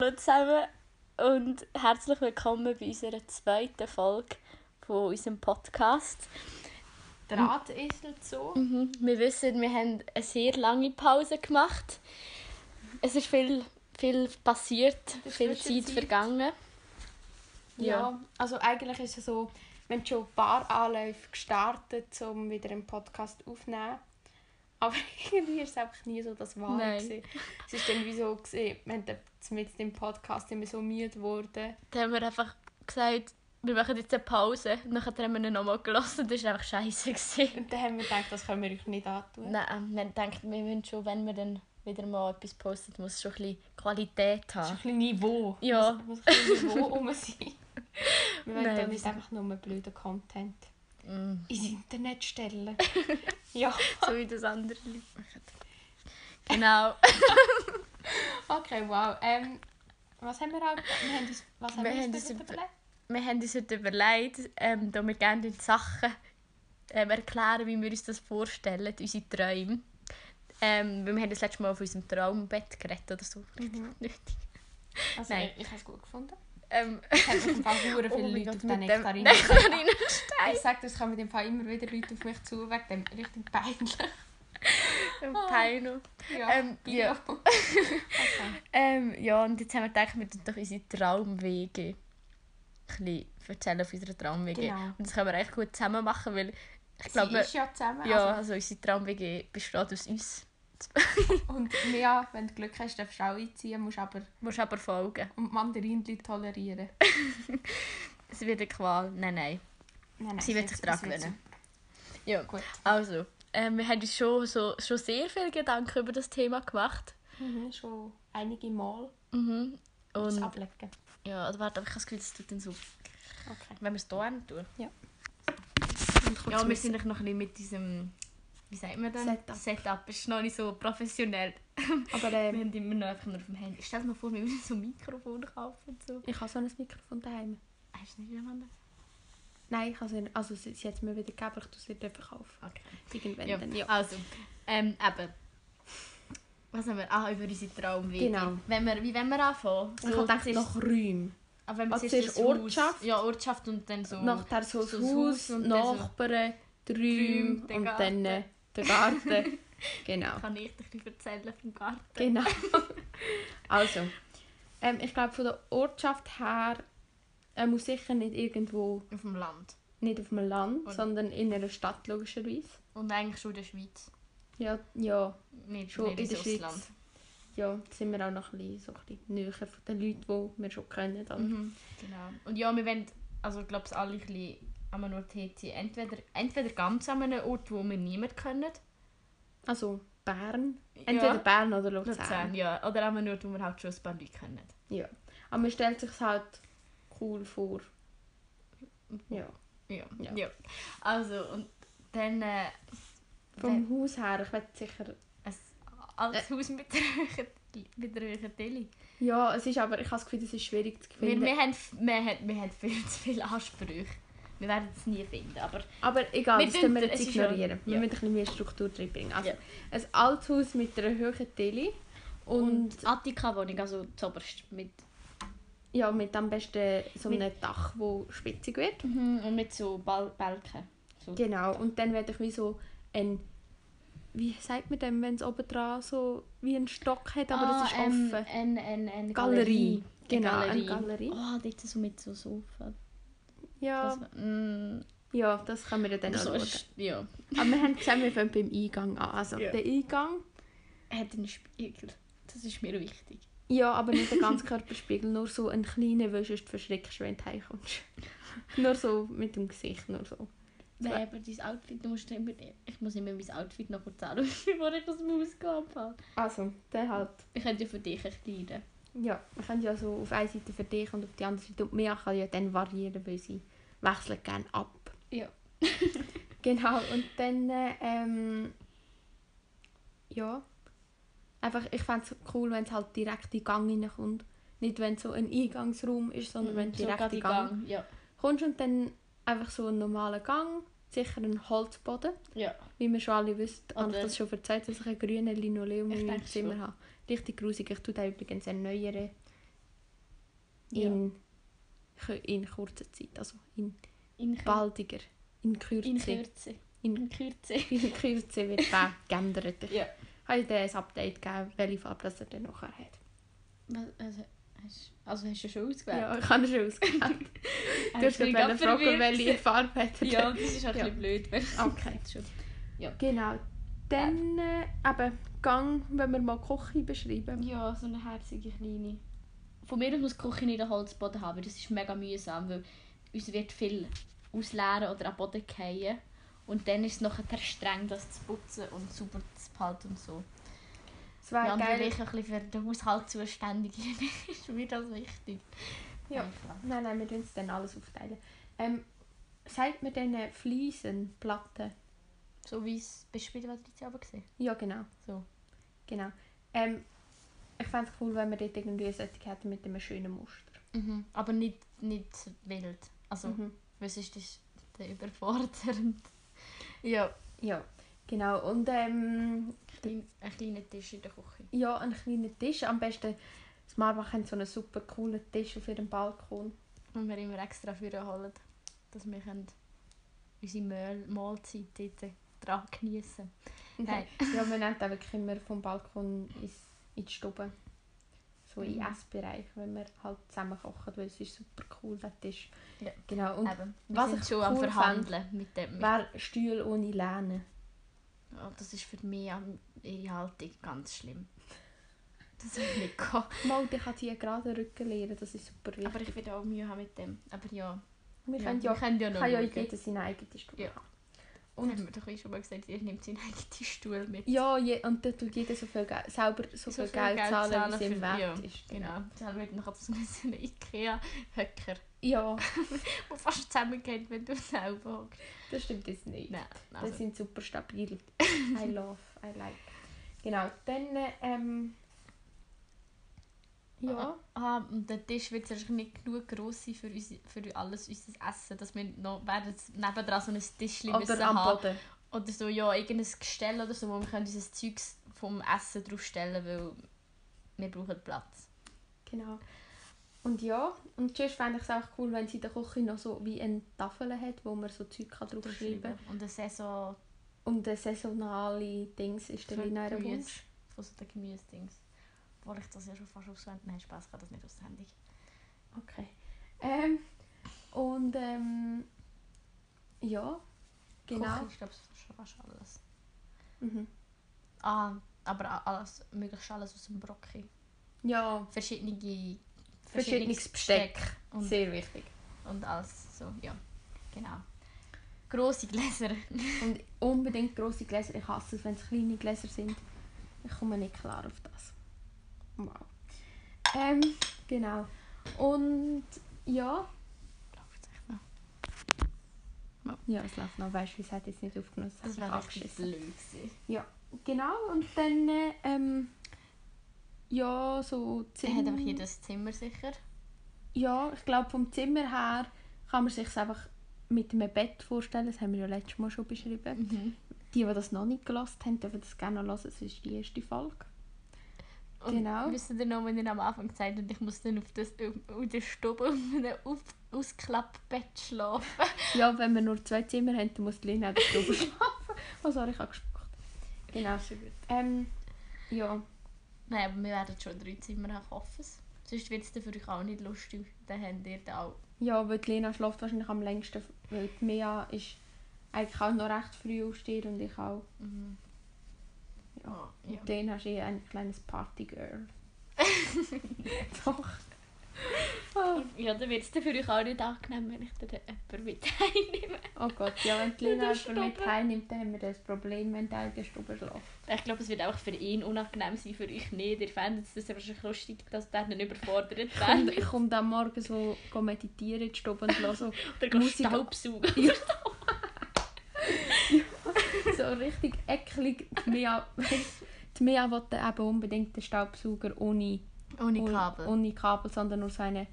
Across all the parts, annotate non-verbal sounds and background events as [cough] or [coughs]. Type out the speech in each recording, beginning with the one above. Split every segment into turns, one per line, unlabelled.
Hallo zusammen und herzlich willkommen bei unserer zweiten Folge von unserem Podcast.
Drahtesel zu.
Mhm. Wir wissen, wir haben eine sehr lange Pause gemacht. Es ist viel, viel passiert,
ist
viel
Zwischenzeit.
Zeit vergangen.
Ja.
Ja.
also eigentlich ist es so, wir haben schon ein paar Anläufe gestartet, um wieder einen Podcast aufzunehmen. Aber [laughs] irgendwie ist es einfach nie so das Wahre.
Nein.
gewesen. Es ist dann wie so, gewesen, wir haben dann mit dem Podcast immer so müde geworden.
Dann haben wir einfach gesagt, wir machen jetzt eine Pause. Nachher haben wir ihn nochmal gelassen. Das war einfach scheiße.
Und dann haben wir gedacht, das können wir euch nicht antun.
Nein, ähm, wir denken, wir müssen schon, wenn wir dann wieder mal etwas posten, muss es schon ein bisschen Qualität
Das ist
haben.
ein bisschen Niveau.
Ja.
Muss, muss ein bisschen Niveau rum sein. Wir wollen
Nein,
da
wir
nicht
sind-
einfach nur blöden Content
Mm.
ins Internet stellen. ja.
So wie das andere Lied machen. Genau.
Okay, wow. Ähm, was haben wir auch? Wir haben uns, was haben
Wir
wir,
haben
uns
uns
dort
über-
überlegt?
Wir haben uns heute überlegt, ähm, da wir gerne die Sachen ähm, erklären, wie wir uns das vorstellen, unsere Träume. Ähm, weil wir haben das letzte Mal von unserem Traumbett geredet oder so.
Mhm.
Nicht.
Also,
Nein.
Ich, ich habe es
[laughs]
gut gefunden.
Ähm,
Es haben mich im Fall hure
[laughs] oh
viele
mein
Leute
Gott,
auf den
mit dem [laughs]
Nektarinen. [laughs]
Nektarinenstein.
Ich sage, das kommen im Fall immer wieder Leute auf mich zu, wegen dem richtig peinlich.
[laughs] Im
Oh.
Peino.
Ja,
Ähm,
Bio.
ja.
Okay.
Ähm, ja, und jetzt haben wir gedacht, wir tun doch unsere Traumwege ein bisschen erzählen auf unseren Traumwege.
Genau.
Und das können wir echt gut zusammen machen, weil ich
Sie
glaube, wir-
ist ja zusammen.
Ja, also unsere Traum-WG besteht aus
[laughs]
uns.
Also, und Mia, wenn du Glück hast, darfst du auch einziehen, musst aber
Du musst aber folgen.
und Mandarinli tolerieren.
[laughs] Es wird eine Qual. Nein, nein.
Nein, nein,
Sie wird
es
sich dran
es wird
gewöhnen. Ja.
so- Gut.
Also, ähm, wir haben uns schon, so, schon sehr viel Gedanken über das Thema gemacht.
Mhm, schon einige Mal
Mhm.
das
Und
ablegen.
ja, also warte, aber ich habe das Gefühl, das tut dann so.
Okay.
Wenn wir es hier tun.
Und kurz
Ja, wir
müssen-
sind noch ein bisschen mit diesem. Wie sagt man das?
Setup.
Setup ist noch nicht so professionell.
aber
Wir
ähm,
haben immer noch einfach nur auf dem Handy. Stell dir mal vor, wir müssen so ein Mikrofon kaufen. und So.
ich habe so ein Mikrofon daheim.
Hast du nicht jemanden?
Nein, ich habe sie, also sie, sie hat es mir wieder gegeben, aber ich tue sie dann verkaufen.
Okay.
Irgendwann
Ja.
dann, ja.
Also, ähm, eben. Was haben wir? Ah, über unsere Traumwege.
Genau.
Wenn wir, wie wollen wir anfangen?
ich habe gedacht,
zuerst-
nach Räumen.
aber wenn wir
also
zuerst
zuerst
das
Ortschaft.
Haus, ja, Ortschaft und dann so...
Nachher so das
so das
Haus,
Haus und dann so-
Nachbarn, die Räume
Räume, der
und
Garten.
dann äh, der Garten. genau.
Kann ich dir ein bisschen erzählen vom Garten?
genau. [laughs] also, ähm, ich glaube, von der Ortschaft her äh, muss sicher nicht irgendwo,
Auf dem Land.
nicht auf dem Land,
Oder-
sondern in einer Stadt logischerweise.
Und eigentlich schon in der Schweiz.
Ja, ja,
Nicht,
Schon
nicht
in der
ins
Schweiz.
Ausland.
ja, da sind wir auch noch ein bisschen, so ein bisschen näher von den Leuten, die wir schon kennen. Dann.
Mhm. Genau. Und ja, wir wollen, also ich glaube, es alle ein bisschen an einem Ort sein. Entweder, entweder ganz an einem Ort, wo wir niemand kennen.
Also Bern. Entweder
ja.
Bern oder
Luzern,
Luzern.
ja. Oder an einem Ort, wo wir halt schon ein paar Leute kennen.
Ja. Aber man stellt sich halt cool vor. Ja.
Ja,
Ja.
ja. Also, und dann äh,
Vom Haus her, ich weiß sicher.
ein altes Haus mit [laughs] einer, mit einer Tilly.
Ja, es ist aber, ich habe das Gefühl, es ist schwierig zu
Wir,
finden.
wir, haben, wir, haben, wir haben viel [laughs] zu viele Ansprüche. Wir werden es nie finden, aber
aber egal,
Wir
das können wir
tun-
jetzt
es ist ja-
ignorieren. wir
ja.
müssen ein bisschen mehr Struktur reinbringen. Also,
Ja.
ein altes Haus mit einer hohen Tele und,
die Attika-Wohnung, also zuoberst, mit,
ja, mit am besten so
Mit-
einem Dach, wo spitzig wird.
und mit so Bal Balken. So.
Genau, und dann werde ich wie so ein, wie sagt man dem, wenn es oben dran so wie ein Stock hat, aber das ist
ähm,
offen.
Ein, ein, ein
Galerie.
Galerie.
Genau,
Eine
eine
Galerie.
Galerie.
Oh, dort so mit so Sofa.
Ja,
Das, mm,
ja, das können wir ja dann auch
so
schauen.
ist, ja.
Aber wir haben gesagt, wir fangen beim Eingang an. Also
Ja.
der Eingang,
Hat einen Spiegel. Das ist mir wichtig.
ja, aber nicht der ganze Körperspiegel, nur so ein kleiner, weil sonst verschreckst du, wenn du heimkommst. [laughs] nur so mit dem Gesicht, nur so.
Nein, aber dein Outfit, du musst immer, ich muss immer mein Outfit noch kurz anschauen, [laughs] bevor ich aus dem Haus gehe.
Also, der halt,
Ich könnte ja für dich erklären.
ja, wir können ja so auf eine Seite für dich und auf die andere Seite. Und mehr kann ja dann variieren, weil sie wechseln gerne ab.
Ja.
Genau, und dann, äh, ähm, ja, einfach, ich fände es cool, wenn es halt direkt in den Gang reinkommt. Nicht, wenn es so ein Eingangsraum ist,
Mhm,
sondern wenn du direkt in den Gang
Ja.
kommst und dann einfach so einen normalen Gang, sicher einen Holzboden,
ja.
wie wir schon alle wissen, habe ich
Oder-
das schon erzählt, dass ich einen grünen Linoleum
Ich
in meinem
denke
Zimmer
schon.
habe. Richtig grusig, ich tue da übrigens einen neueren in, kü- in kurzer Zeit, also in
In, Kür
baldiger, in
in
Kürze.
Kürze.
In-
In Kürze.
In Kürze wird der geändert.
[laughs]
Ich
Ja.
habe dir ein Update gegeben, welche Farbe das er dann nachher hat.
Was- Also hast, also hast du schon ausgewählt?
Ja, ich habe
[laughs]
schon ausgewählt. Du hast
mich
gerade
grad
fragen,
verwirrt.
welche Farbe hat
[laughs]
er
Ja,
denn.
das ist auch
Ja.
ein bisschen blöd. Wenn
Okay.
[laughs] Schon.
Genau. Dann äh, eben Gang, wenn wir mal Küche beschreiben.
Ja, so eine herzige kleine. Von mir aus muss die Küche nicht einen Holzboden haben, weil das ist mega mühsam, weil uns wird viel ausleeren oder am Boden fallen. Und dann ist es nachher streng, das zu putzen und sauber zu behalten und so.
Es wäre
ja, und weil
geil.
ich ein bisschen für den Haushalt zuständig [laughs] bin, ist mir das wichtig.
Ja.
Einfach.
Nein, nein, wir tun es dann alles aufteilen. Ähm, sagt man dann äh, Fliesen, Platten?
So wie es bist du bei der Patricia aber gesehen.
Ja, genau.
So.
genau. Ähm, ich fände es cool, wenn wir dort irgendwie ein Etikett hätten mit einem schönen Muster.
Aber nicht, nicht wild. Also,
Mhm.
was ist das der überfordernd? Ja.
Ja, genau. Und ähm,
Ein kleiner Tisch in der Küche.
ja, einen kleinen Tisch. Am besten, das Marbach hat so einen super coolen Tisch auf ihrem Balkon.
Und wir immer extra für holen, dass wir können unsere Mahl Mahlzeit dort dran geniessen Nein.
[laughs] ja, wir nehmen den wirklich immer vom Balkon ins, in die Stube. So
Mhm.
in den Essbereich, wenn wir halt zusammen kochen, weil es ist super cool, der Tisch.
Ja.
Genau. Und
Eben, wir
was
sind
ich
schon am
cool
Verhandeln mit dem. Mit,
wer Stühle ohne Lehne?
oh, das ist für mich an ihre Haltung ganz schlimm. Das will ich [laughs] nicht gehen.
Mal, ich kann hier gerade Rücken lehren, das ist super wichtig.
Aber ich will auch Mühe haben mit dem. Aber ja,
wir
ja,
können ja,
können ja noch
kann ja
schauen.
jeder seinen eigenen Stuhl
Ja.
haben.
Und
Und-
haben wir doch eh schon mal gesagt, ihr nehmt seinen eigenen Stuhl mit.
Ja, je, und dann tut jeder so viel Geld, selber so, viel Geld zahlen, wie es ihm
für-
wert
ja,
ist.
Genau. Dann wird noch so einen Ikea-Höcker,
Ja,
der fast zusammengeht, wenn du selber hockst.
das stimmt jetzt nicht.
Nein,
Das sind
[laughs]
super stabil. I love, I like. Genau, dann, äh, ähm, ja,
Ah, und der Tisch wird wahrscheinlich nicht genug gross sein für, uns, für alles unser Essen, dass wir noch während nebendran so ein Tischchen müssen
oder am
haben.
Boden.
Oder so, ja, irgendein Gestell oder so, wo wir können unser Zeugs vom Essen draufstellen können, weil wir brauchen Platz.
Genau. Und ja, und sonst fände ich es auch cool, wenn sie in der Küche noch so wie eine Tafel hat, wo man so Zeug kann draufschreiben kann.
Und eh eine Saison
Und eine saisonale Dings ist dann
für
in einer
Gemüse,
Wunsch.
von so den Gemüsedings. Obwohl ich das ja schon fast auswendig... Nein, Spaß, ich kann das nicht auswendig.
Okay. Ähm, und ähm, ja, genau.
Kochen ist, glaube ich, schon fast alles.
Mhm.
Ah, aber a- alles, möglichst alles aus dem Brocki.
Ja,
Verschiedene...
verschiedenes Besteck.
Und
Sehr wichtig.
Und alles so, ja. Genau. Grosse Gläser.
Und unbedingt grosse Gläser. Ich hasse es, wenn es kleine Gläser sind. Ich komme nicht klar auf das. Wow. Ähm, genau. Und ja. Ja, es läuft noch. Weißt du, es hat jetzt nicht aufgenommen. Das,
Das
hat mich
war richtig
abgeschissen.
blöd. gewesen.
Genau, und dann. äh, Ähm, ja, so
Er hat einfach
Zimmer-
jedes Zimmer sicher.
Ja, ich glaube, vom Zimmer her kann man sich es einfach mit einem Bett vorstellen. Das haben wir ja letztes Mal schon beschrieben. Die, die das noch nicht gelesen haben, dürfen das gerne noch hören. Es ist die erste Folge.
Und
Genau.
Wisst ihr noch, wenn ihr am Anfang gesagt habt, ich muss dann auf das, auf, auf der Stube auf einem auf, Ausklappbett schlafen.
Ja, wenn wir nur zwei Zimmer haben, dann muss die Lina auch drüber schlafen. [laughs] Oh, sorry, ich habe gespuckt. Genau. Ähm, ja,
Nein, aber wir werden schon drei Zimmer haben, ich hoffe es. Sonst wird es dann für euch auch nicht lustig. Dann habt ihr da auch...
ja, weil die Lina schläft wahrscheinlich am längsten, weil die Mia ist eigentlich auch noch recht früh aufsteht und ich auch.
Mhm. Ja. Ah, ja.
Und dann hast du eh ein kleines [laughs] Partygirl. Doch. Oh,
Ja, dann wird es dann für euch auch nicht angenehm, wenn ich dann jemanden mit einnehme.
oh Gott, ja, wenn die Lina
Das ist
jemanden mit
dumm.
heimnimmt, dann haben wir das Problem, wenn der in der Stube schläft.
[laughs] Ich glaube, es wird einfach für ihn unangenehm sein, für euch nicht. Ihr fändet es das wahrscheinlich lustig, dass der nicht überfordert [laughs]
Und
wird.
ich komme dann morgen so go meditieren in die Stube und [laughs] höre so,
Oder geht
Musik-
Staubsaugen.
so richtig ecklig. Die Mia, die Mia wollte eben unbedingt den Staubsauger ohne,
[laughs] Ohne
ohne-
Kabel.
ohne Kabel, sondern nur so einen,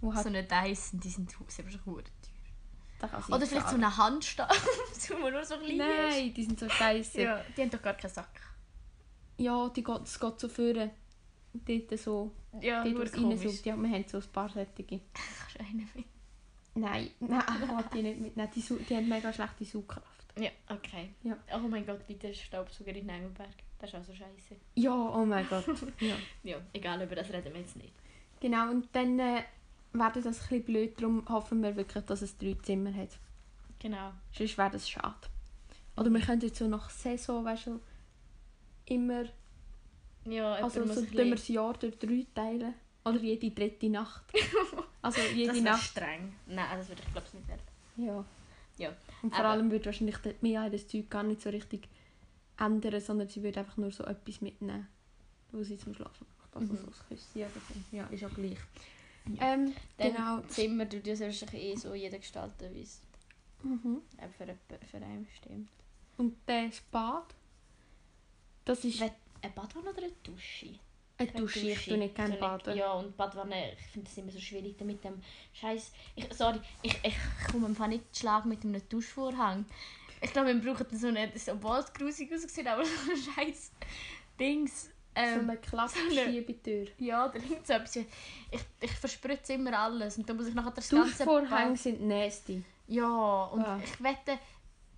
wo
so
halt
eine Dyson, die sind hu- sind wahrscheinlich hure teuer.
da kann sie
Oder vielleicht so
tragen.
eine Handstaubsauger, wo nur [laughs] so klein ist.
Nein, die sind so scheiße. Ja.
Ja, die haben doch gar keinen Sack.
die geht, es geht so führen. dort so
Ja,
dort
nur
was reinsaugt.
komisch.
Ja, wir haben so ein paar solche.
Kannst du einen mit?
Nein, [laughs] nein, ich will die nicht mitnehmen. Die, Sau- die haben mega schlechte Saugkraft.
Ja, okay.
Ja.
Oh mein Gott, wie der Staubsauger in Neuenberg. Das ist auch so scheiße.
Ja, oh mein
[laughs]
Gott. Ja.
Ja, egal, über das reden wir jetzt nicht.
Genau, und dann äh, wäre das ein bisschen blöd. Darum hoffen wir wirklich, dass es drei Zimmer hat.
Genau.
Sonst wäre das schade. Oder wir könnten jetzt so nach Saison, weißt du, immer,
Ja,
also
jemand
so
muss
tun wir
ein
das Jahr durch drei teilen. Oder jede
[laughs]
dritte Nacht. Also
bisschen-
jede
Das wäre
Nacht.
streng. Nein, das würde ich glaube ich nicht werden.
Ja.
Ja,
Und vor
aber-
allem würde wahrscheinlich die Mia das Zeug gar nicht so richtig ändern, sondern sie würde einfach nur so etwas mitnehmen, wo sie zum Schlafen macht. Also
Mhm.
so ein Küsschen oder so. Ja, ist ja gleich.
Ja.
Ähm,
Dann
genau.
Zimmer, du das wahrscheinlich eh so jeder gestalten, wie es
Mhm.
eben für, jemand- für einen stimmt.
Und der Bad, das ist
Wenn- Eine Badwanne oder eine Dusche?
eine Dusche. Ich tue nicht gerne
So eine-
baden.
Ja, und Badwanne, ich finde das immer so schwierig da mit dem Scheiß. Ich, sorry, ich, ich komme einfach nicht zu Schlag mit einem Duschvorhang. Ich glaube, wir brauchen so eine, so, obwohl es grusig aussieht, aber [laughs] so ein Scheiß Dings.
so
Ähm,
eine
[laughs]
Klappschiebetür.
ja, da liegt so etwas. Ich, ich verspritze immer alles und dann muss ich nachher das ganze
Duschvorhänge
Bad...
sind nasty.
Ja, und
Ah.
ich wette,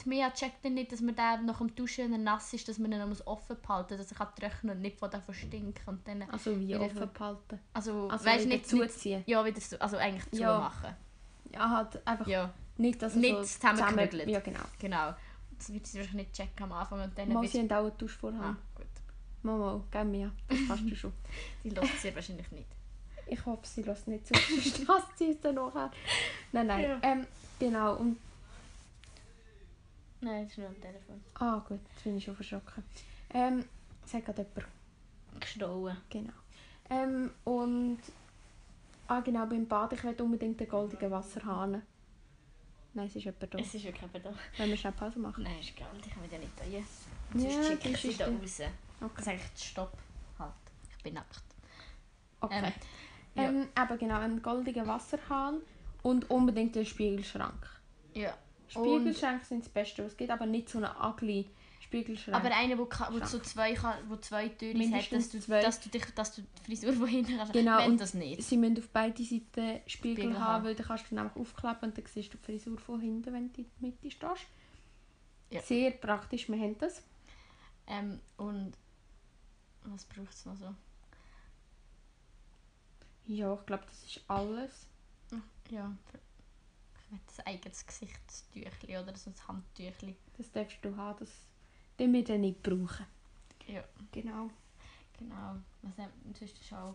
die Mia checkt dann nicht, dass man den nach dem Duschen, wenn er nass ist, dass man ihn noch muss offen behalten muss, dass er kann trocknen und nicht von dem verstinkt. Und dann,
Also wie
Wieder
offen
ver-
behalten.
also,
Also
weißt
wieder
nicht, nicht
zuziehen.
ja, wieder so, also eigentlich zu
Ja.
machen.
Ja, halt einfach
Ja,
nicht, dass es
Nicht
so
zusammengeknüttelt.
zusammen- Ja, genau.
genau. Das wird sie wahrscheinlich nicht checken am Anfang und dann
Mal,
wird-
sie haben auch einen
Ah,
Duschvorhang.
gut.
Mama, gib mir. Das
[laughs]
kannst du schon.
Die lässt sie wahrscheinlich nicht.
Ich hoffe, sie lässt nicht [laughs] zu. Sonst hasst sie es dann nachher. Nein, nein.
Ja.
Ähm, genau. Und,
Nein, das ist nur am Telefon.
ah gut, jetzt bin ich schon verschrocken. Ähm, sagt gerade jemand.
Gestohlen.
Genau. Ähm, und... Ah genau, beim Bad. Ich will unbedingt den goldenen Wasserhahn. Nein, es ist jemand da.
Es ist wirklich eben da.
Wollen wir schnell Pause machen?
Nein, ist geil, ich kann mich da nicht rein.
Ja,
Sonst
das
schicke ich sie
ist
da
der-
raus. Das
Okay.
ist eigentlich Stopp. Halt. Ich bin nackt.
okay.
Ähm, ja.
Ähm, eben genau, einen goldenen Wasserhahn und unbedingt den Spiegelschrank.
Ja. Und-
Spiegelschränke sind das Beste, was es gibt, aber nicht so einen ugly Spiegelschrank.
Aber einer, wo, ka- wo so zwei, ka- wo zwei Türen hat, dass
Mindestens
du,
zwei.
dass du dich, dass du die Frisur von hinten kannst.
Genau,
Wenn
und-
das nicht.
Sie müssen auf beide Seiten Spiegel,
äh, Spiegel
haben,
haben.
weil dann kannst du dann einfach aufklappen und dann siehst du die Frisur von hinten, wenn du in der Mitte stehst.
Ja.
Sehr praktisch, wir haben das.
Ähm, und was braucht es noch so?
Ja, ich glaube, das ist alles.
Ja. Ich will das eigenes Gesichtstüchli oder so ein Handtüchli.
Das darfst du haben, das den wir dann nicht brauchen.
Ja.
Genau.
Genau. Was nennt man sonst schon?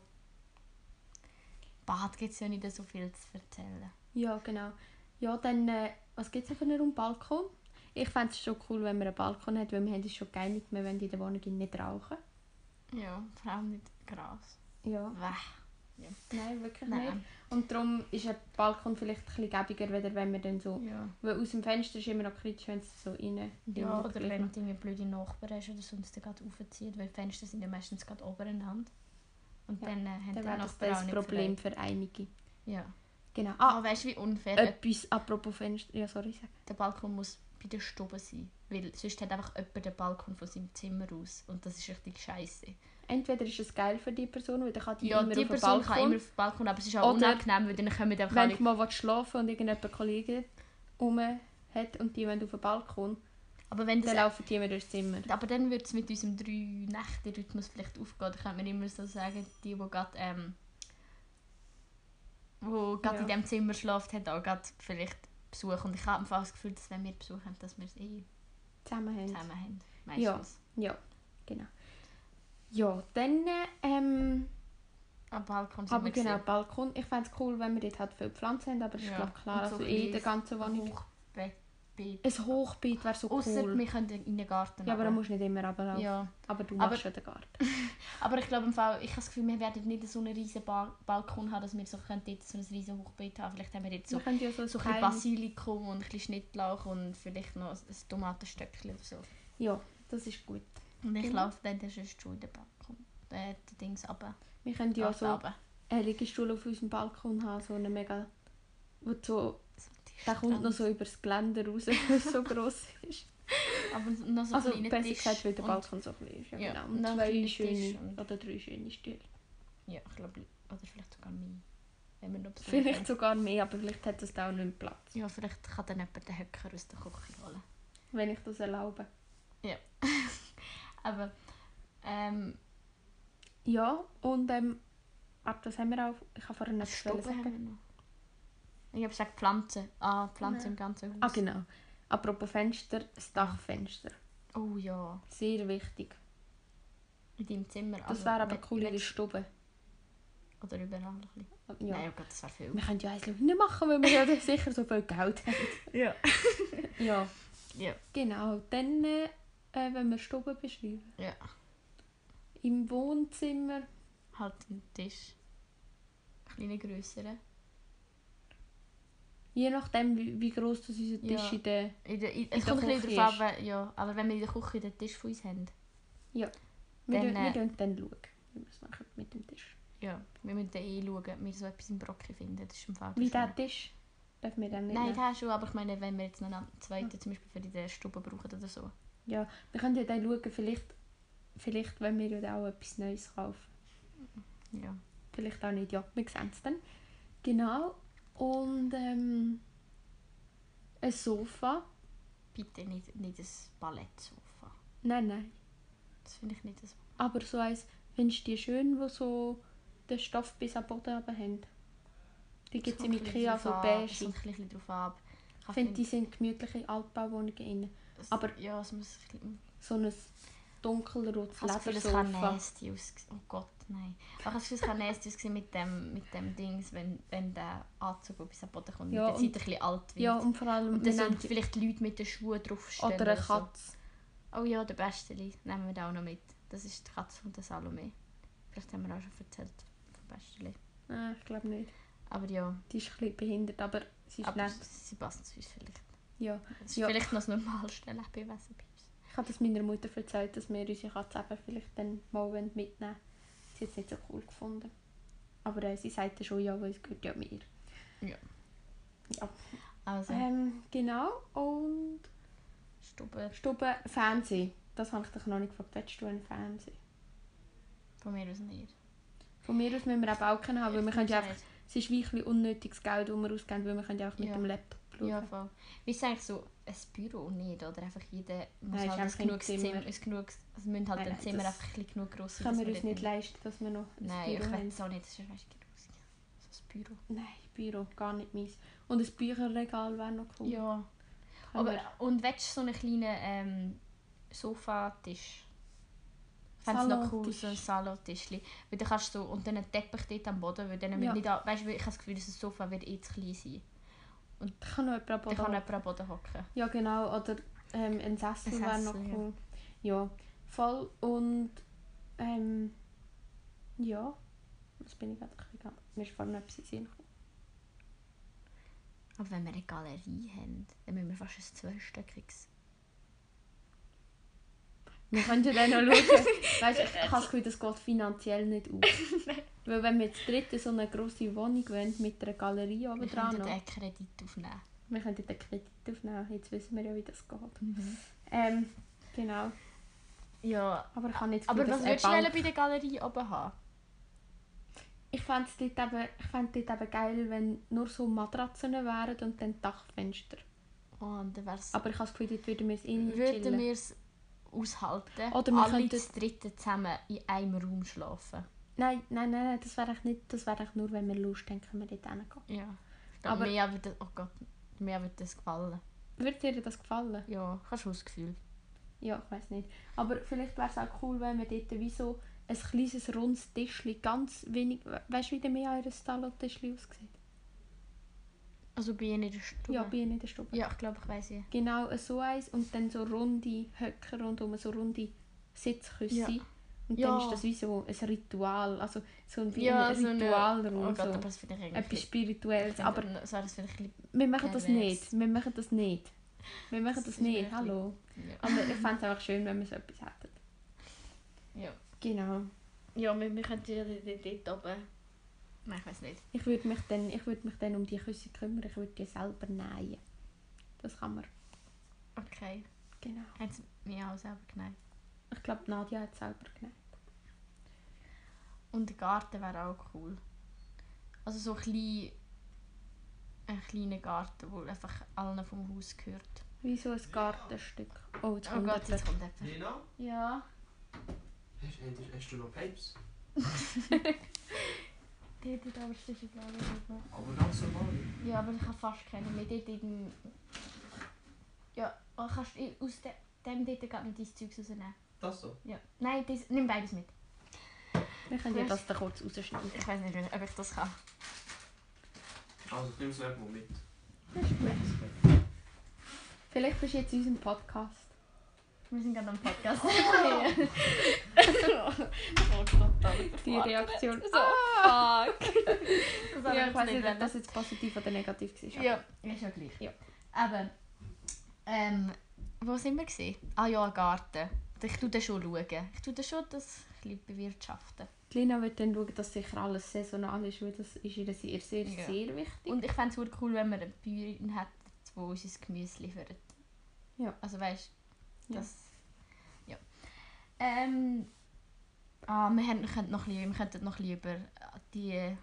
Bad gibt es ja nicht so viel zu erzählen.
Ja, genau. Ja, dann, äh, was gibt es für einen Balkon? Ich fände es schon cool, wenn man einen Balkon hat, weil wir haben uns schon geeinigt, wir wollen in der Wohnung nicht rauchen.
Ja, vor allem nicht Gras.
Ja,
Wach.
nein, wirklich nicht.
Nein.
Und darum ist ein Balkon vielleicht ein bisschen gäbiger, weder wenn wir dann so
Ja.
Weil aus dem Fenster ist immer noch kritisch, wenn es so rein
ja.
dingelt.
Oder wenn du eine blöde Nachbarn hast oder sonst gerade aufzieht, weil die Fenster sind ja meistens gerade obereinander. Und
Ja,
dann äh, haben
Dann
die
wäre das
Nachbarn auch
das
nicht
Problem für
frei.
einige.
Ja.
Genau.
Ah,
Ah,
weißt du, wie unfair
etwas apropos Fenster. Ja, sorry, sag.
der Balkon muss bei der Stube sein. Weil sonst hat einfach jemand den Balkon von seinem Zimmer aus. Und das ist richtig scheiße.
Entweder ist es geil für die Person, weil dann kann die
Ja,
immer
die
auf den
Person
Balkon.
kann immer auf den Balkon, aber es ist auch
Oder-
unangenehm, weil dann kommen einfach
wenn
alle
du mal willst schlafen und irgendjemand Kollegen rum hat und die wollen auf den Balkon,
Aber wenn das
dann laufen die immer durchs Zimmer.
aber dann würde es mit unserem drei nächte rhythmus vielleicht aufgehen. Da könnte man immer so sagen, die, die gerade ähm, wo grad
Ja.
in diesem Zimmer schlaft, hat auch gerade vielleicht Besuch. Und ich habe einfach das Gefühl, dass wenn wir Besuch haben, dass wir es eh
Zusammen haben.
zusammen haben.
Ja.
Meistens.
Ja, genau. Ja, dann, äh, ähm,
Am Balkon sind
aber
wir
genau,
gewesen.
Balkon. Ich fände es cool, wenn wir dort halt viele Pflanzen haben, aber das ist
Ja,
glaube ich klar,
und so
also
ein
eh in der
kleines
ganzen Wohnung.
Hochbett.
Ein Hochbeet wäre so
Ausser
cool.
wir könnten in den Garten.
Ja, aber dann musst du nicht immer runterlaufen.
ja.
Aber du
Aber-
machst ja
[laughs]
den Garten.
aber ich glaube, im Fall, ich habe das Gefühl, wir werden nicht so einen riesen ba Balkon haben, dass wir so, können dort so ein riesen Hochbeet haben. Vielleicht haben wir jetzt so
Wir können ja so,
So ein bisschen
Teil-
Basilikum und ein bisschen Schnittlauch und vielleicht noch ein Tomatenstöckchen oder so.
Ja, das ist gut.
Und ich
Genau.
laufe dann sonst schon in den Balkon. Äh, die Dings runter.
Wir können ja
Ach,
so
runter.
einen Liegestuhl auf unserem Balkon haben, so einen mega... Wo du so,
So die
der kommt
Strand.
noch so über das Gelände raus, [laughs] weil es so gross ist.
Aber noch so
Also
kleine
besser
Tisch
gesagt, weil der
und-
Balkon so klein ist. Ja,
Ja,
genau.
und
Und
dann
zwei
kleine
schöne
Tisch und-
oder drei schöne Stühle.
Ja, ich glaube, oder vielleicht sogar mehr. Wenn wir noch besuchen.
Vielleicht [laughs] sogar mehr, aber vielleicht hat das da auch nicht Platz.
Ja, vielleicht kann dann jemand den Höcker aus der Küche holen.
Wenn ich das erlaube.
Aber, ähm,
Ja, und ähm, aber das haben wir auch. Ich habe vorhin etwas
Stube
sagen.
haben wir noch. Ich habe gesagt Pflanzen. Ah, Pflanzen
Nein.
im ganzen Haus.
Ah, genau. Apropos Fenster, das Dachfenster.
Oh ja,
Sehr wichtig.
in deinem Zimmer.
Das wäre aber
wenn-
cool in der
wenn-
Stube.
Oder überall ein bisschen.
Ja.
Nein, oh Gott, das wäre viel.
[laughs] Wir können ja eins nicht machen, weil wir ja [laughs] dann sicher so viel Geld haben.
Ja.
Ja,
Ja.
genau. Dann, äh, äh, wenn wir Stube beschreiben.
Ja.
Im Wohnzimmer.
Halt einen Tisch. Einen kleinen grösseren.
Je nachdem, wie, wie gross das unser
Ja.
Tisch in der...
In der, in,
In
es
der
kommt ein bisschen
Küche
drauf
ist.
an, wenn- ja. Aber wenn wir in der Küche den Tisch von uns haben.
Wir
Dann,
dann,
äh,
wir schauen dann schauen, wie wir es machen mit dem Tisch.
Ja. Wir müssen dann eh schauen, ob wir so etwas im Brocken finden. Das ist im Fall
Wie
schwer.
der Tisch dürfen wir dann nicht
Nein,
nehmen.
das schon, aber ich meine, wenn wir jetzt noch einen zweiten zum Beispiel für die Stube brauchen oder so.
Wir können ja dann schauen, vielleicht, vielleicht wollen wir ja dann auch etwas Neues kaufen.
Ja.
Vielleicht auch nicht, ja. Wir sehen es dann. Genau. Und ähm, ein Sofa.
Bitte nicht, nicht ein Ballettsofa.
Nein, nein.
Das finde ich nicht so.
Aber so eins, findest du die schön, wo so den Stoff bis am Boden runter haben? Die gibt es im Ikea, so
Es
beige.
kommt ein bisschen drauf ab.
Ich finde, die sind gemütliche Altbauwohnungen innen.
es,
aber-
Ja, es muss ein bisschen... um
So ein dunkelrotes
Ich habe das Gefühl, es kann
Ledersofa.
nasty aussehen. Oh Gott, nein. Ich habe das Gefühl, es kann nasty aussehen mit dem, mit dem Dings, wenn, wenn der Anzug bis am Boden kommt.
Ja,
Ja, mit der Zeit ein
und-
bisschen alt wird.
Ja, und vor allem...
und dann
wir
sind
nehmen-
vielleicht die Leute mit den Schuhen draufstehen.
oder eine
so.
Katze.
Oh ja, der Beste nehmen wir da auch noch mit. Das ist die Katze von der Salome. Vielleicht haben wir auch schon erzählt vom Besteli.
Nein, ich glaube nicht.
Aber ja,
Die ist ein bisschen behindert, aber sie ist
aber
nett.
sie passt zu uns vielleicht.
Ja.
Das ist
Ja.
vielleicht noch das Normalste bei Wessenpips.
Ich habe das meiner Mutter erzählt, dass wir unsere Katze eben vielleicht dann mal wollen mitnehmen wollen. Sie hat es nicht so cool gefunden. Aber äh, sie sagte schon, ja, weil es gehört ja mir.
Also,
Ähm, genau, und
Stube
Stube, Fernsehen. Das habe ich dich noch nicht gefragt. Willst du einen Fernsehen?
von mir aus nicht.
Von mir aus müssen wir eben auch keinen haben, weil wir können ja einfach...
Nicht.
Es ist wie ein bisschen unnötiges Geld, das wir ausgeben, weil wir können ja einfach mit
Ja.
dem Laptop schauen.
Ja, voll. Wie ist eigentlich so ein Büro nicht? Oder einfach jeder muss
Nein,
halt ein
es ist einfach
genug
im
Zimmer.
Zimmer.
Ein genug, also müssen halt
Nein,
ein
nein,
Zimmer
das
einfach ein bisschen genug gross sein.
können
dass
wir uns
dort
nicht leisten, dass wir noch ein
Nein, ich
Büro haben.
will es auch nicht. Das ist weißt, genug. So ein Büro.
Nein, Büro, gar nicht meins. Und ein Bücherregal wäre noch cool.
Ja.
Können
Aber,
wir-
und willst du so einen kleinen ähm, Sofatisch? Ich fände es noch cool, so ein
Salontisch.
Salontischli. Weil dann kannst du, und dann einen Teppich dort am Boden, weil dann wird
Ja.
nicht... an- Weißt du, weil ich habe das Gefühl, dass ein Sofa wird eh zu klein sein.
Da kann noch jemand
Dann kann
abonnieren.
jemand am Boden hocken.
Ja, genau. Oder ähm, ein Sessel
Ein
wäre noch
Sessel, ja.
cool. Ja. voll. Und ähm, ja. Was bin ich gerade ein bisschen... gegangen? Mir ist vorhin noch etwas in den Sinn gekommen.
Aber wenn wir eine Galerie haben, dann müssen wir fast ein zweistöckiges...
Wir können ja dann
[laughs]
noch schauen. weißt, du, ich habe das Gefühl, das geht finanziell nicht auf.
[laughs]
Weil wenn wir jetzt dritte so eine grosse Wohnung wollen, mit einer Galerie oben
Wir
dran
könnten
noch,
einen Kredit aufnehmen.
wir könnten den Kredit aufnehmen. Jetzt wissen wir ja, wie das geht.
Mhm.
Ähm, genau.
Ja,
Aber ich habe nicht das
aber was
Gefühl, dass eine
würdest du
Bank-
denn bei der Galerie oben haben?
Ich fände es dort, eben- ich fänd dort eben geil, wenn nur so Matratzen wären und dann Dachfenster.
Oh, Und dann wär's...
Aber ich habe das Gefühl, dort würden wir es eh nicht
würden
chillen.
wir es aushalten,
Oder wir
alle
könnten-
zu dritten zusammen in einem Raum schlafen.
Nein, nein, nein, nein, das wäre echt nicht. Das wäre echt nur, wenn wir Lust haben, können wir dort hingehen.
Ja.
Aber-
Aber mir wird das, oh Gott, mir wird das gefallen.
Würde dir das gefallen?
Ja, ich habe schon das Gefühl.
Ja, ich weiß nicht. Aber vielleicht wäre es auch cool, wenn wir dort wie so ein kleines rundes Tischchen, ganz wenig... we- Weißt du, wie der Mehrjährige Salon-Tischchen aussieht?
Also bei Ihnen in der Stube.
Ja, bei ihnen in der Stube.
ja ich glaube, ich weiß ja.
Genau, so eins und dann so runde Höcker und um so runde Sitzküsse.
Ja.
Und
Ja.
dann ist das wie so ein Ritual, also so ein, wie ein
so eine-
Ritual
Oh
darum,
Gott, aber
so.
das finde ich
etwas
irgendwie...
Spirituelles. Aber
so, das finde ich ein bisschen...
wir machen das
Pervers.
nicht, wir machen das nicht. Wir machen
Das
das
ist mir
nicht,
ein
hallo.
Ja.
Aber ich fände es einfach schön, wenn wir so etwas hätten.
Ja,
Genau.
ja wir, wir könnten ja dort, dort oben... Nein, ich weiß nicht.
Ich würde mich, dann- ich würd mich dann um die Küsse kümmern, ich würde die selber nähen. Das kann man,
Okay.
genau.
Haben sie mir auch selber geneigt.
Ich glaube, Nadia hat es selber genäht.
Und der Garten wäre auch cool. Also so ein, klein, ein kleiner Garten, der einfach allen vom Haus gehört.
Wie so ein Gartenstück. Oh, jetzt
Oh
kommt
Gott,
jemand.
jetzt kommt jemand.
Nina,
Ja.
hast, hast, hast du noch Papes?
Die hat aber sicher glaube ich
Aber ganz normal.
Ja, aber ich habe fast keine mehr. Dort in dem... Ja, oh, kannst du aus dem, dem dort gerade noch dein Zeug rausnehmen?
Das so?
Ja. Nein, das, nimm beides mit.
Wir können ja
Was?
das da kurz rausschneiden.
Ich weiß nicht, ob ich das kann.
Also, nimm es einfach mal mit.
Vielleicht bist du jetzt in unserem Podcast.
Wir sind gerade am [laughs] Podcast.
Die Reaktion.
So, ah. fuck. Das
Ja,
weiß
ich weiß nicht, ob das jetzt positiv oder negativ war.
Ja, ist ja gleich.
Ja.
Aber, ähm, wo sind wir gesehen? Ah ja, Garten. Ich tue das schon schauen. Ich tue das schon das ein bisschen bewirtschaften.
Die Lina wird dann schauen, dass sicher alles saisonal ist, weil das ist ihr sehr, sehr,
Ja.
sehr wichtig.
Und ich fände es super cool, wenn wir eine Bäuerin hätten, die uns unser Gemüse liefert.
Ja.
Also weißt du,
Ja.
das... Ja. Ähm... Ah, wir, haben, wir, könnten noch ein bisschen, wir könnten noch ein bisschen über äh, die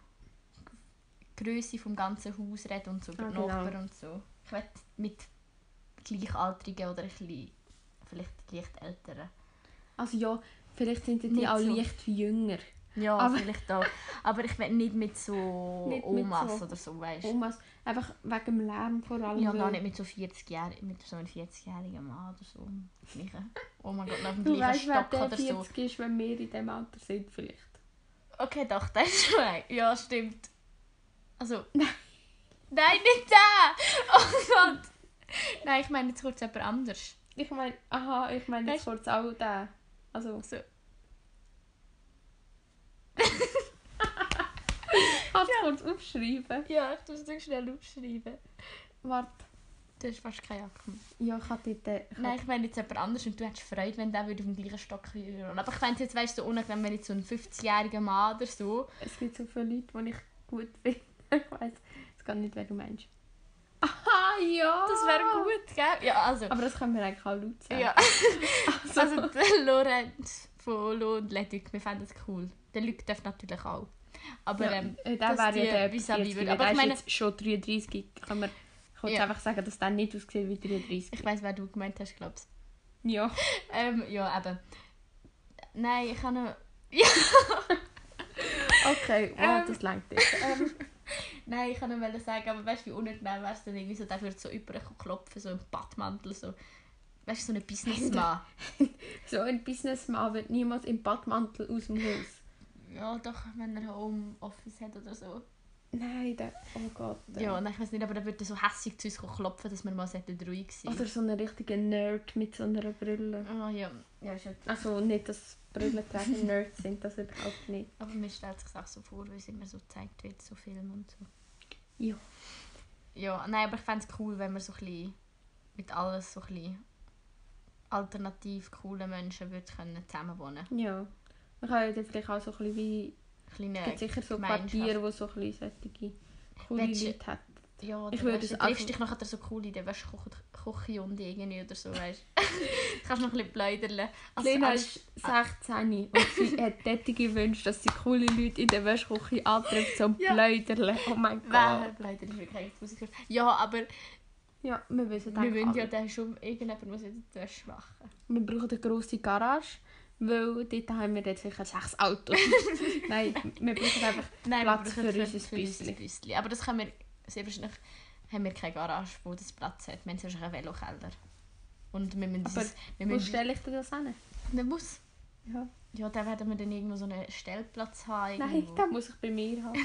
Größe des ganzen Hauses reden und so, über
Ah,
die
genau.
Nachbarn und so. Ich möchte mit Gleichaltrigen oder ein bisschen, vielleicht leicht Älteren.
Also ja, vielleicht sind die
Nicht
auch
so.
leicht jünger.
Ja,
Aber-
vielleicht auch. Also [laughs] Aber ich will nicht mit so
Nicht mit
Omas
so-
oder so, weißt du.
Omas, also einfach wegen dem Lärm vor allem.
Ja,
weil-
noch nicht mit so 40 Jahren, mit so einem 40-jährigen Mann oder so. Gleiche. [laughs] Oh mein Gott, nach dem
Du
gleichen
weißt, wer
Stock
der
oder so.
40 ist, wenn wir in diesem Alter sind, vielleicht.
Okay, doch, das ist schon ein. Ja, stimmt. Also. [laughs] Nein. Nein, nicht der! Oh Gott! Nein, ich meine jetzt kurz jemand anders.
Ich meine, aha, ich meine jetzt kurz auch den. Also, [laughs]
So.
kannst du kurz aufschreiben?
Ja, ich muss es schnell aufschreiben.
Warte.
Du hast fast keine Jacke mehr.
Ja, ich hatte den... ich
Nein, ich meine jetzt jemand anders und du hättest Freude, wenn der würde auf dem gleichen Stock hören. Aber ich fände es jetzt, weißt du, so unangenehm, wenn jetzt so ein 50-jähriger Mann oder so.
hab- Es gibt so viele Leute, die ich gut finde. [laughs] Ich weiss jetzt gar nicht, wer du meinst. Aha, ja!
Das wäre gut, gell? Ja, also.
Aber das können wir eigentlich auch laut
[laughs]
sagen.
Ja. Also, der Lorenz von Lo und Ledig, wir fänden das cool. Der Luc darf natürlich auch. Aber
Ja,
ähm,
äh,
dass
der wäre
die
ja der
vis-à-vis
40,
wird.
weil
Aber
der
ich
ist
meine-
jetzt schon 33. Kann man kurz
Ja.
einfach sagen, dass der nicht aussieht wie 33.
ich weiss, wer du gemeint hast, glaubst
Ja.
Ähm, ja, eben. Nein, ich habe noch... Ja.
Okay, wow, das langt jetzt.
Ähm, nein, ich kann noch sagen, aber weißt du, wie unangenehm wäre es denn irgendwie so, der würde so überklopfen, so im Badmantel, so... Weißt du, so ein Businessman.
So ein Businessman wird niemals im Badmantel aus dem Haus.
[laughs] Ja, doch, wenn er Homeoffice hat oder so.
Nein, der, oh Gott. der-
Ja, nein, ich weiß nicht, aber der würde so hässig zu uns klopfen, dass wir mal sollten ruhig sein
Oder so ein richtiger Nerd mit so einer Brille.
Ah, ja. Ja, ist ja
Also nicht, dass Brillenträger
[laughs]
Nerds sind, das überhaupt nicht.
Aber mir stellt sich das auch so vor, weil es immer so gezeigt wird, so Filme und so.
Ja.
Ja, nein, aber ich fände es cool, wenn man so ein bisschen mit alles so ein bisschen alternativ coolen Menschen würde können zusammenwohnen
Ja. Man kann ja dann vielleicht auch so ein bisschen wie...
können.
Es
Kleine,
gibt sicher so
Äh, Gemeinschaft.
Quartiere, wo so ein bisschen solche coole
Willst du-
Leute hat.
ja,
Ich würde
weißt,
es
du
also
triffst
auch-
dich nachher so cool in der weißt, du, Ko- Küche und irgendwie oder so, weißt du. [laughs] Du kannst noch ein bisschen bläuderlen. Also,
Lena
alles-
ist 16 und
[laughs]
sie hat tätige Wünsche, dass sie coole Leute in der Wäschküche antrifft, zum
Ja.
Blöderle. Oh mein
Wer
Gott.
bläudert ist wirklich eigentlich positiv. Ja, aber
Ja, wir wissen
wir
eigentlich
wollen ja
alle.
dann schon irgendjemand muss ja die Wäsche machen.
Wir brauchen eine grosse Garage, weil dort haben wir jetzt sicher sechs
[laughs]
Autos. Nein, wir brauchen einfach...
Nein,
Platz
wir brauchen
für
für,
unser
für unser
Büssli.
Büssli. Aber das können wir sehr wahrscheinlich haben wir keine Garage, wo das Platz hat. Wir haben sonst einen Velokeller. Und wir müssen
Aber
dieses, wir
Wo
müssen
stelle ich dir das hin?
den Bus.
Ja.
Ja, dann werden wir dann irgendwo so einen Stellplatz haben.
Nein,
irgendwo.
das muss ich bei mir haben.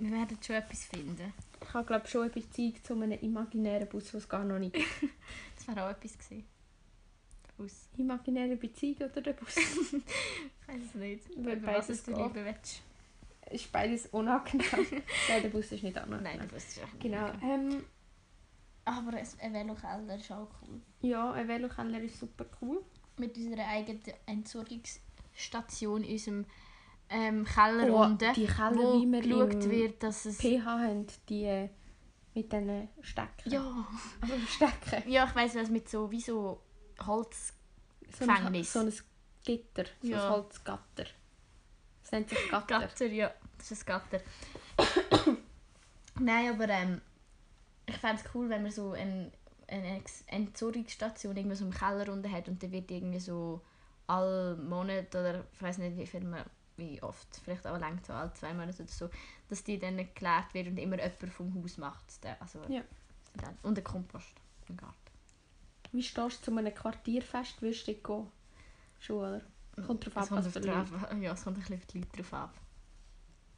Wir werden schon etwas finden.
Ich habe glaube schon etwas Zeit zu einem imaginären Bus, den es gar noch nicht gibt.
Das wäre auch etwas gewesen. Der Bus.
Imaginäre Beziehung oder
[laughs]
der Bus?
Ich weiß es nicht.
Weil
Über was
beides
es du
geht.
lieber willst.
ist beides unangenehm. Ah, Nein, der Bus ist nicht angenehm.
Nein, der Bus ist auch
Genau.
nicht.
Ähm,
Aber ein ein Velokeller ist auch cool.
ja, ein Velokeller ist super cool.
Mit unserer eigenen Entsorgungsstation in unserem ähm, Keller unten.
Oh, die Keller,
wo
wie wir
geschaut
im
wird, dass es...
PH haben, die äh, mit diesen Stecken.
Ja,
Also Stecken.
ja ich weiss was mit so, wie so Holz...
So ein,
Gefängnis.
so ein Gitter, so
Ja.
ein Holzgatter. Das nennt sich Gatter.
Gatter, ja. Das ist ein Gatter. [coughs] Nein, aber ähm, ich fände es cool, wenn man so ein, eine Ex- Entsorgungsstation irgendwo so im Keller unten hat und dann wird irgendwie so alle Monate oder ich weiß nicht wie viel man wie oft, vielleicht auch lang so, alle zwei Monate oder so, dass die dann geklärt wird und immer jemand vom Haus macht. der- Also,
Ja.
dann, und der Kompost im Garten.
Wie stehst du zu einem Quartierfest? Würdest du dort gehen? Schon, oder? Kommt drauf
Es
ab,
kommt,
was
auf
für
die
Leute.
also Leute. Ja, es kommt ein bisschen auf die Leute drauf ab.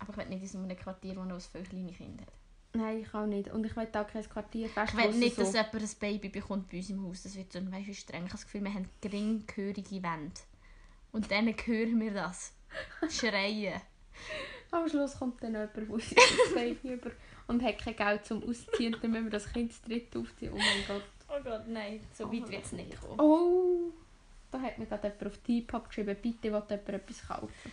Aber ich will nicht in so einem Quartier wohnen, wo es viele kleine Kinder hat.
Nein, ich auch nicht. Und ich will auch kein Quartierfest.
Ich will
wo es
nicht,
so...
dass jemand ein Baby bekommt bei uns im Haus. Das wird so weißt, du, streng. Ich habe das Gefühl, wir haben geringgehörige Wände. Und dann hören wir das. Schreien.
Am Schluss kommt dann jemand, der uns [laughs] das Baby über und hat kein Geld zum Ausziehen. Dann müssen wir das Kind zu dritt aufziehen. Oh mein Gott.
Oh Gott, nein. So
weit
wird es nicht kommen.
Oh! Da hat mir gerade jemand auf E Depop geschrieben, bitte will jemand etwas kaufen.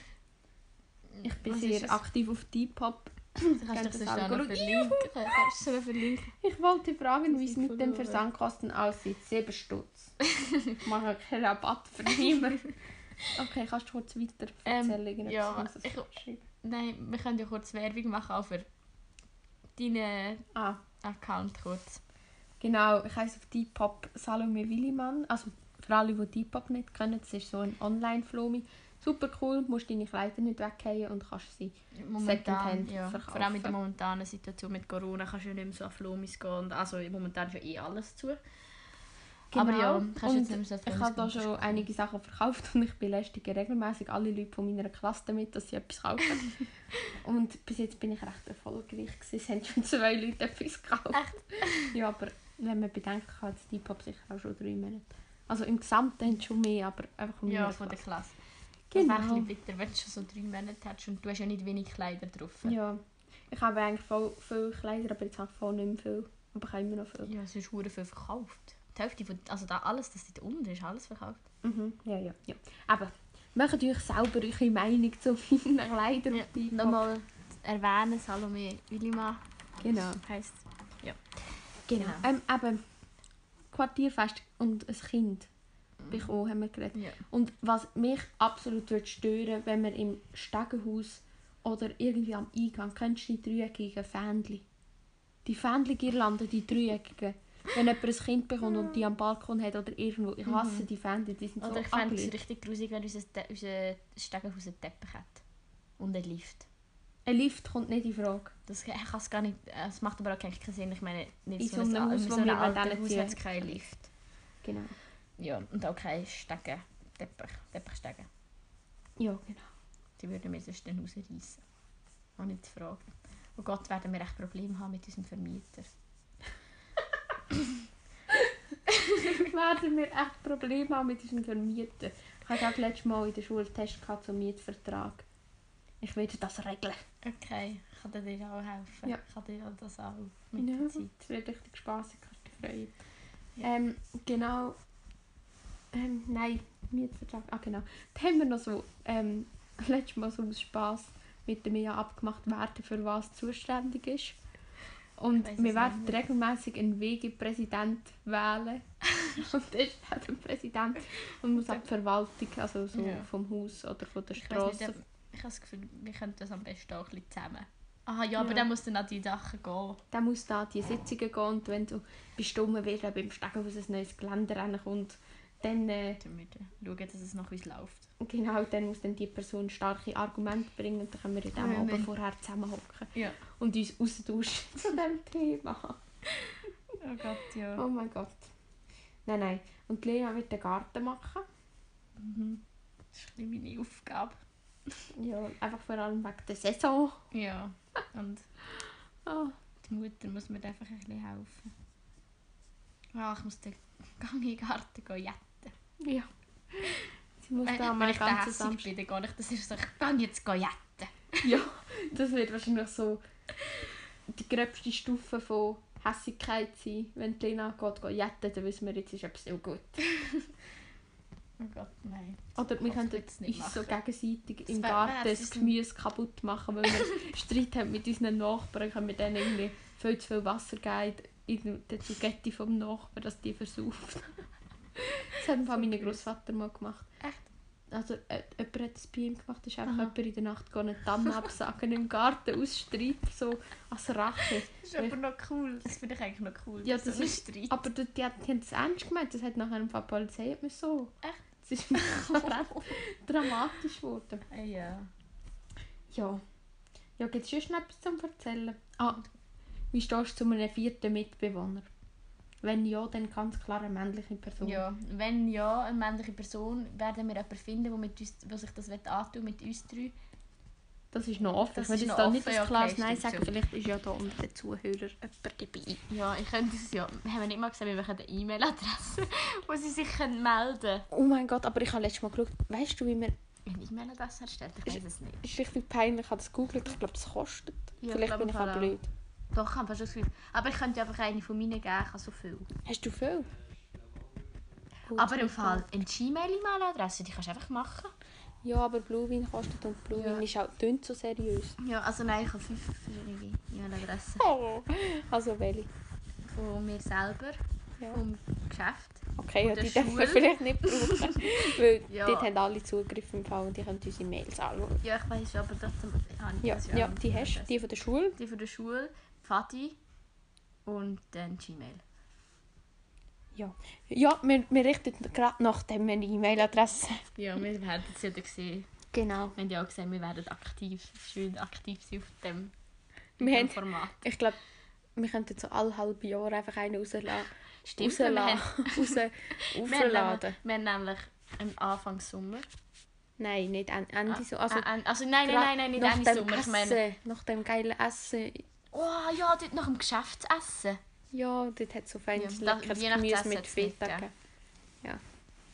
Ich bin sehr aktiv auf E Depop.
Du kannst
kennt
dich
das
sonst auch noch
Algorithmus.
verlinken. Kannst du es verlinken?
Ich wollte fragen,
Das
wie es
sind
mit den
Follower.
Versandkosten aussieht.
[laughs]
7 Stutz. Ich mache keinen Rabatt für niemanden. Okay, kannst du kurz weiter
Ähm,
erzählen? irgendetwas,
ja,
was es
ich-
schreibt?
Nein, wir können ja kurz Werbung machen, auch für deinen
Ah,
Account kurz.
Genau, ich heiße auf Depop Salome Willimann. Also für alle, die Depop nicht kennen, das ist so ein Online-Flomi. Super cool, musst deine Kleider nicht weggehen und kannst sie.
Momentan,
Secondhand
ja.
verkaufen.
Vor allem in der momentanen Situation mit Corona kannst du ja nicht mehr so auf Lomis gehen. Und also momentan ist ja eh alles zu. Aber ja, kannst
und
jetzt nicht mehr so auf
ich
Lomis
habe da
gehen.
schon einige Sachen verkauft und ich belästige regelmäßig alle Leute von meiner Klasse damit, dass sie etwas kaufen.
[laughs]
und bis jetzt bin ich recht erfolgreich. gewesen. Es haben schon zwei Leute etwas gekauft. [laughs] Ja, aber wenn man bedenkt, hat es Depop sicher auch schon drei Monate. Also im Gesamten haben es schon mehr, aber einfach von
Ja,
meiner
von der
Klasse.
Klasse.
Genau.
Genau. Das wäre ein bisschen bitter, wenn du schon so drei Monate hast und du hast ja nicht wenig Kleider drauf.
Ja, ich habe eigentlich voll viele Kleider, aber jetzt habe ich voll nicht mehr viel. Aber ich habe immer noch viel.
Ja, es ist hure viel verkauft. Die Hälfte von, also da alles, das dort unten ist, alles verkauft.
Mhm. Ja, ja, ja. Aber macht euch selber eure Meinung zu [laughs] meinen Kleidern.
Ja,
auf die
Nochmal erwähnen, Salome Willima
Genau.
heisst.
genau.
Genau.
Ähm, eben, Quartierfest und ein Kind bekommen, haben wir geredet.
Ja.
Und was mich absolut würde stören, wenn man im Stegenhaus oder irgendwie am Eingang, kennst du die dreieckigen Fähnchen? Die Fähnchen-Girlanden, die dreieckigen. Wenn jemand ein Kind bekommt und die am Balkon hat oder irgendwo, ich hasse die Fähnchen, die sind so
Mhm. Oder ich fände es
ugly.
richtig grusig, wenn unser, Te- unser Stegenhaus einen Teppich hat. Und einen Lift.
Ein Lift kommt nicht in Frage.
Das kann es gar nicht, es macht aber auch eigentlich keinen Sinn. Ich meine, nicht
In
so,
so
ein,
einem
Al-
Haus,
in
wo
so einem
wir
alten
dann
Haus
ziehen.
hat es keinen Lift.
Genau.
Ja, und auch keinen Stegen, Teppich, Teppichstegen.
Ja, genau.
Die dus würden mir sonst dann rausreißen. Auch nicht zu fragen. Oh Gott, werden wir echt Probleme haben mit unserem Vermieter.
werden wir echt Probleme haben mit unserem Vermieter. Ich hatte auch letztes Mal in der Schule einen Test gehabt zum Mietvertrag. Ich werde das regeln.
Okay, ich kann dir auch helfen.
Ja.
Ich kann dir das auch mit
Ja,
der Zeit.
das wird richtig spaßig, kannst dich freuen.
Ja.
Ähm, genau. Ähm, nein, Mietvertrag. Ah, genau. Da haben wir noch so, ähm, [laughs] letztes Mal so aus Spass mit der Mia abgemacht, wer denn für was zuständig ist. Und
Ich weiss
wir
es
werden
nicht mehr.
regelmäßig einen WG-Präsident
[laughs]
wählen. und das ist auch der Präsident. Und muss auch die Verwaltung, also so
Ja.
vom Haus oder von der
Ich weiß nicht,
Straße.
ob- ich habe das Gefühl, wir könnten das am besten auch ein bisschen zusammen. Aha, Ah, ja,
Ja.
aber dann muss dann an die Sachen gehen.
Dann muss da an die Sitzungen gehen und wenn du bestimmen wirst, ob im Stegenhaus ein neues Gelände kommt, dann, äh,
Damit wir schauen, dass es nach uns läuft.
genau, dann muss dann die Person starke Argumente bringen und dann können wir in dem
Ja,
Abend
wenn-
vorher zusammenhocken
Ja.
und uns austauschen [laughs] zu diesem Thema.
Oh Gott, ja.
Oh mein Gott. Nein, nein. Und Lea wird den Garten machen.
Mhm. Das ist ein bisschen meine Aufgabe.
Ja, einfach vor allem wegen der Saison.
Ja. Und
Ah,
Die Mutter muss mir einfach ein bisschen helfen. Ah, ich muss den Gang in den Garten gehen. Ja.
ja. Sie muss
Wenn,
da
Äh, wenn
mal
ich da
ganzen
hässig
Samstag...
bin, dann gehe ich das ist so, ich gehe jetzt gehen jetten.
Ja, das wird wahrscheinlich so die gröbste Stufe von Hässigkeit sein. Wenn die Lena geht, geht jetten, dann wissen wir, jetzt ist etwas nicht gut.
Oh Gott, nein.
Oder wir
Ich hoffe,
könnten
das Also nicht
uns so
machen.
gegenseitig im
wär-
Garten
wär-
das
ist-
Gemüse kaputt machen,
[laughs]
weil wir Streit haben mit unseren Nachbarn, können wir dann irgendwie viel zu viel Wasser geben in die Zugetti vom Nachbarn, dass die versauft. Das hat ein paar mein Großvater mal gemacht.
Echt?
also äh, jemand hat ein Beam gemacht, ist einfach
Aha.
jemand in der Nacht gegangen,
[laughs]
einen Damm absagen im Garten ausstreiben, so als Rache.
Das ist aber noch cool. Das finde ich eigentlich noch cool.
Ja, das
ein
ist-
Streit.
Aber die, die, hat- die haben es ernst gemeint, das hat nachher ein paar Polizei hat mir so.
Echt? Oh.
Es ist
[laughs]
recht dramatisch geworden.
Ah, ja.
Ja. Ja, gibt es sonst noch etwas zum Erzählen? Ah, wie stehst du zu einem vierten Mitbewohner? Wenn ja, dann ganz klar eine männliche Person.
ja. Wenn ja, eine männliche Person, werden wir jemanden finden, der mit uns, der sich das will antun mit uns drei.
Das ist noch offen.
Das
ich würde
ist
jetzt
noch
da nicht
offen,
ein
ja,
klares
okay,
Nein
stimmt
sagen, vielleicht ist ja da unter den Zuhörern jemand dabei.
Ja, ich könnte es ja. Haben wir nicht mal gesagt, wir machen eine [laughs] E-Mail-Adresse, wo sie sich können melden
Oh mein Gott, aber ich habe letztes Mal geschaut, weißt du, wie man.
können. Eine E-Mail-Adresse erstellt? Ich weiß es nicht.
Es ist richtig peinlich, ich habe das gegoogelt, ich glaube, es kostet.
Ja,
vielleicht
ich
bin ich
glaube,
auch
im Fall
blöd.
Doch, ich habe fast das Gefühl. Aber ich könnte ja einfach eine von meinen geben, ich habe so viel.
Hast du viel?
Aber im Fall eine Gmail-E-Mail-Adresse, die kannst du einfach machen.
Ja, aber Bluewin kostet und Bluewin
Ja.
ist auch dünn so seriös.
Ja, also nein, ich habe fünf verschiedene E-Mail-Adressen.
Oh. Also welche?
Von mir selber,
Ja.
vom Geschäft.
Okay, ja,
Oder
die dürfen
Schule.
wir vielleicht
[laughs]
nicht brauchen. weil
Ja.
dort haben alle Zugriff im Fall und die können unsere Mails anschauen.
Ja, ich weiß schon, aber trotzdem habe ich
Ja,
das
ja
auch
die hast du.
vergessen.
Die von der Schule.
Die von der Schule, Fati und dann Gmail.
Ja, wir, wir richten gerade nachdem wir eine E-Mail-Adresse.
Ja, wir werden es ja dann sehen.
Genau.
Wir haben ja auch gesehen, wir werden aktiv, schön aktiv sein auf dem,
Wir
auf dem
haben-
Format.
Ich glaube, wir könnten so alle halbe Jahre einfach einen rausladen.
Stimmt, wir haben,
[laughs]
[laughs] wir, haben
Rausladen.
nämlich, wir haben nämlich am Anfang Sommer.
Nein, nicht en- Ende so. Also,
Ah, äh, also nein, nein, nein, nein, nicht
nach
Ende
dem
Sommer. Ich meine,
Essen, nach dem geilen Essen.
oh ja, dort nach dem Geschäftsessen.
Ja, dort hat es so feines,
Ja, da-
leckeres
Weihnachtsessen
Gemüse mit
hat's nicht
Feta
gegeben.
gegeben.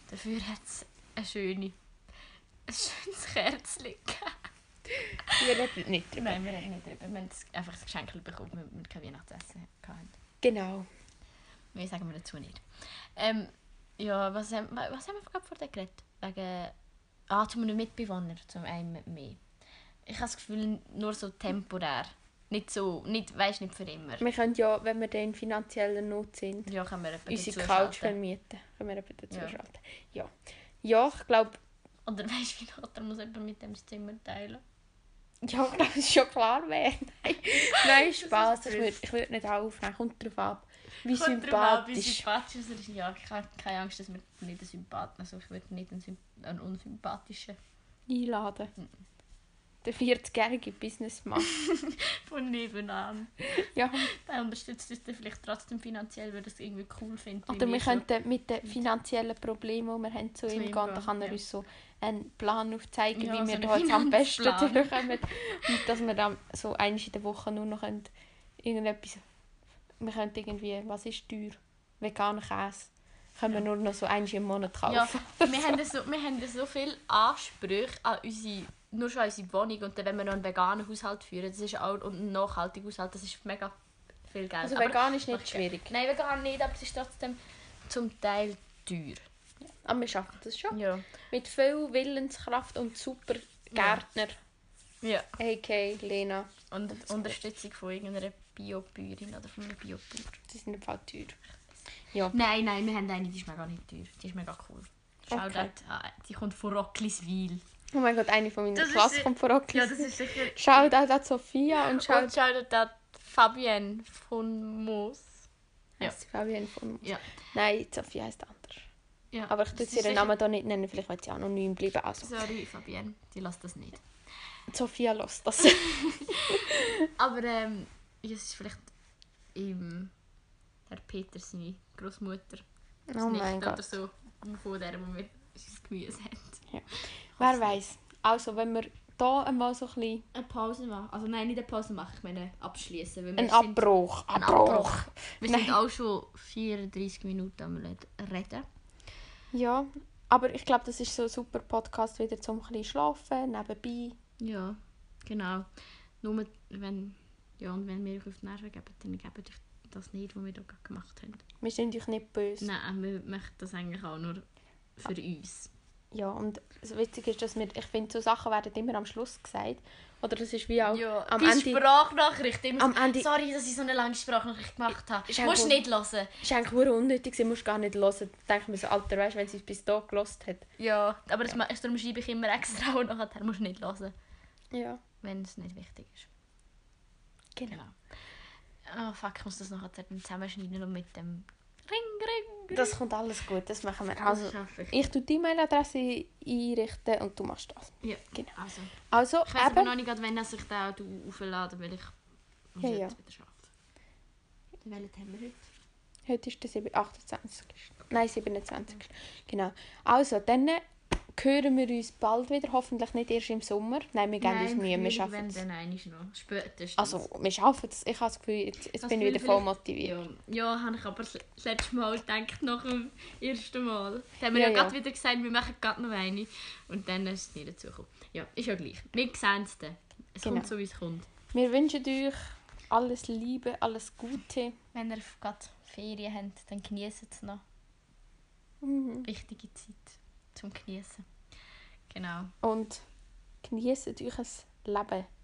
Dafür hat es eine [laughs] schöne, ein schönes Kerzchen gegeben.
Wir reden nicht drüber.
Nein, wir haben nicht drüber. Wir haben das- einfach das Geschenk bekommen, weil wir kein Weihnachtsessen hatten.
Genau.
Mehr sagen wir dazu nicht. Ähm, ja, was haben, wa- was haben wir gerade vor dir geredet? Wegen... Ah, zu einem Mitbewohner, zu einem mehr. Ich habe das Gefühl, nur so temporär. Nicht so, nicht, weißt nicht für immer.
Wir können ja, wenn wir dann in finanzieller Not sind,
Ja, können wir jemanden
unsere
dazu
Couch
schalten.
vermieten. Können wir jemanden dazu
Ja.
schalten. Ja. ja, ich glaube,
Oder weißt du, wie noch, da muss jemand mit dem das Zimmer teilen.
ja, [laughs] ich glaub, es ist schon klar, wer. Nein, Nein Spaß.
Das ist
Ich würde ich würd nicht aufnehmen. Kommt drauf ab, wie
Kommt drauf an, Wie
sympathisch.
sympathisch er ist. Ja, ich habe keine Angst, dass wir nicht einen Sympath... Also ich würde nicht einen, Symp einen unsympathischen...
Einladen. Der 40-jährige Businessman.
Von nebenan.
ja.
Der unterstützt uns dann vielleicht trotzdem finanziell, weil er es irgendwie cool findet. wie
Oder wir
so.
könnten mit den finanziellen Problemen, die wir haben, zu
Zu ihm
ihm gehen. Dann
gehen,
kann er
ja.
uns so einen Plan aufzeigen,
Ja,
wie
so
wir
einen
da jetzt am besten [laughs]
Finanzplan.
durchkommen. Und dass wir dann so einmal in der Woche nur noch können, irgendetwas... Wir können irgendwie... Was ist teuer? Veganer Käse. Können wir nur noch so einmal im Monat
Ja,
kaufen. [laughs]
wir haben, so, wir haben so viele Ansprüche an unsere, nur schon an unsere Wohnung. Und dann, wenn wir noch einen veganen Haushalt führen, das ist auch, und einen nachhaltigen Haushalt, das ist mega viel Geld.
Also
Aber-
vegan ist nicht
Okay.
schwierig.
Nein, vegan nicht, aber es ist trotzdem zum Teil teuer.
Aber wir schaffen das schon.
Ja.
Mit viel Willenskraft und super Gärtner.
ja.
A.k.a. Lena.
Und Unterstützung von irgendeiner Biobäuerin oder von einem Biobauer.
Die sind im Fall teuer.
Nein, nein, wir haben eine, die ist mega nicht teuer. Die ist mega cool. Schau
Okay.
dort, an. die kommt von Rockliswil.
Oh mein Gott, eine von meiner
Das ist
Klasse
sie-
kommt von Rocky.
ist sicher...
Schaut auch an Sophia und
Und schau
schaut
dort an Fabienne von Moos. Ja.
Heisst sie Fabienne von
Ja.
Nein, Sophia heißt anders.
Ja,
Aber ich
das
tue
ist
ihren
sicher-
Namen hier nicht nennen, vielleicht will sie anonym bleiben. Also,
Sorry, Fabienne, die lässt das nicht.
Sophia lässt [laughs] das. Oh
Aber ähm, ja, es ist vielleicht im Herr Peter, seine Großmutter.
oh mein
Oder
Gott,
so, von der, wo wir sein Gemüse haben.
wer weiß. Also, wenn wir hier einmal so ein bisschen...
Eine Pause machen. Also nein, nicht eine Pause machen, ich meine abschließen. Wir
Ein
sind,
Abbruch.
Ein
Abbruch.
Abbruch. wir
Nein.
sind auch schon 34 Minuten am Reden.
Ja, aber ich glaube, das ist so ein super Podcast wieder zum ein bisschen schlafen, nebenbei.
Ja, genau. Nur wenn, ja, und wenn wir euch auf die Nerven geben, dann gebt euch das nicht, was wir da gerade gemacht haben.
Wir sind euch nicht böse.
Nein, wir möchten das eigentlich auch nur für uns.
Ja, und das Witzige ist, dass wir, ich finde, so Sachen werden immer am Schluss gesagt. Oder das ist wie auch am
bei
Ende...
Sprachnachricht immer.
Am Ende-
Sorry, dass ich so eine lange Sprachnachricht gemacht habe.
Ist
Musst
auch
du
gut.
nicht hören.
ist eigentlich verdammt unnötig, sie musst gar nicht hören. Da denke ich mir so, Alter, weißt du, wenn sie es bis da gelost hat.
Ja, aber das, ma- darum schreibe ich immer extra und nachher musst du nicht hören,
Ja,
wenn es nicht wichtig ist.
genau.
Genau. Oh fuck, ich muss das nachher dann zusammenschneiden und mit dem Ring, Ring, Ring.
Das kommt alles gut, das machen wir. Also,
schaffe ich.
ich tu die E-Mail-Adresse einrichten und du machst das.
Ja,
Genau.
Also,
Also,
ich weiß aber
eben,
noch nicht, gerade, wenn das ich da auch aufladen weil ich muss
Ja,
jetzt
ja.
wieder arbeiten. Dann welchen haben wir heute?
heute ist der sieben- 28. Nein, 27. Genau. Also, dann hören wir uns bald wieder, hoffentlich nicht erst im Sommer. Nein, wir geben uns Mühe, wir schaffen
es.
es.
Wenn, dann eigentlich noch. Spätestens.
Also, wir schaffen es. Ich habe das Gefühl, jetzt, jetzt
Das
bin ich
Gefühl
wieder voll
vielleicht-
motiviert.
Ja, ja habe ich aber das letzte Mal gedacht, nach dem ersten Mal. Da haben wir
Ja,
ja,
ja.
gerade wieder gesagt, wir machen gerade noch eine. Und dann ist es nicht dazu gekommen. Ja, ist ja gleich. Wir sehen es dann. Es
Genau.
kommt so, wie es kommt.
Wir wünschen euch alles Liebe, alles Gute.
Wenn ihr gerade Ferien habt, dann genießt es noch.
Mhm.
Richtige Zeit zum Genießen. Genau.
Und genießt euch Leben.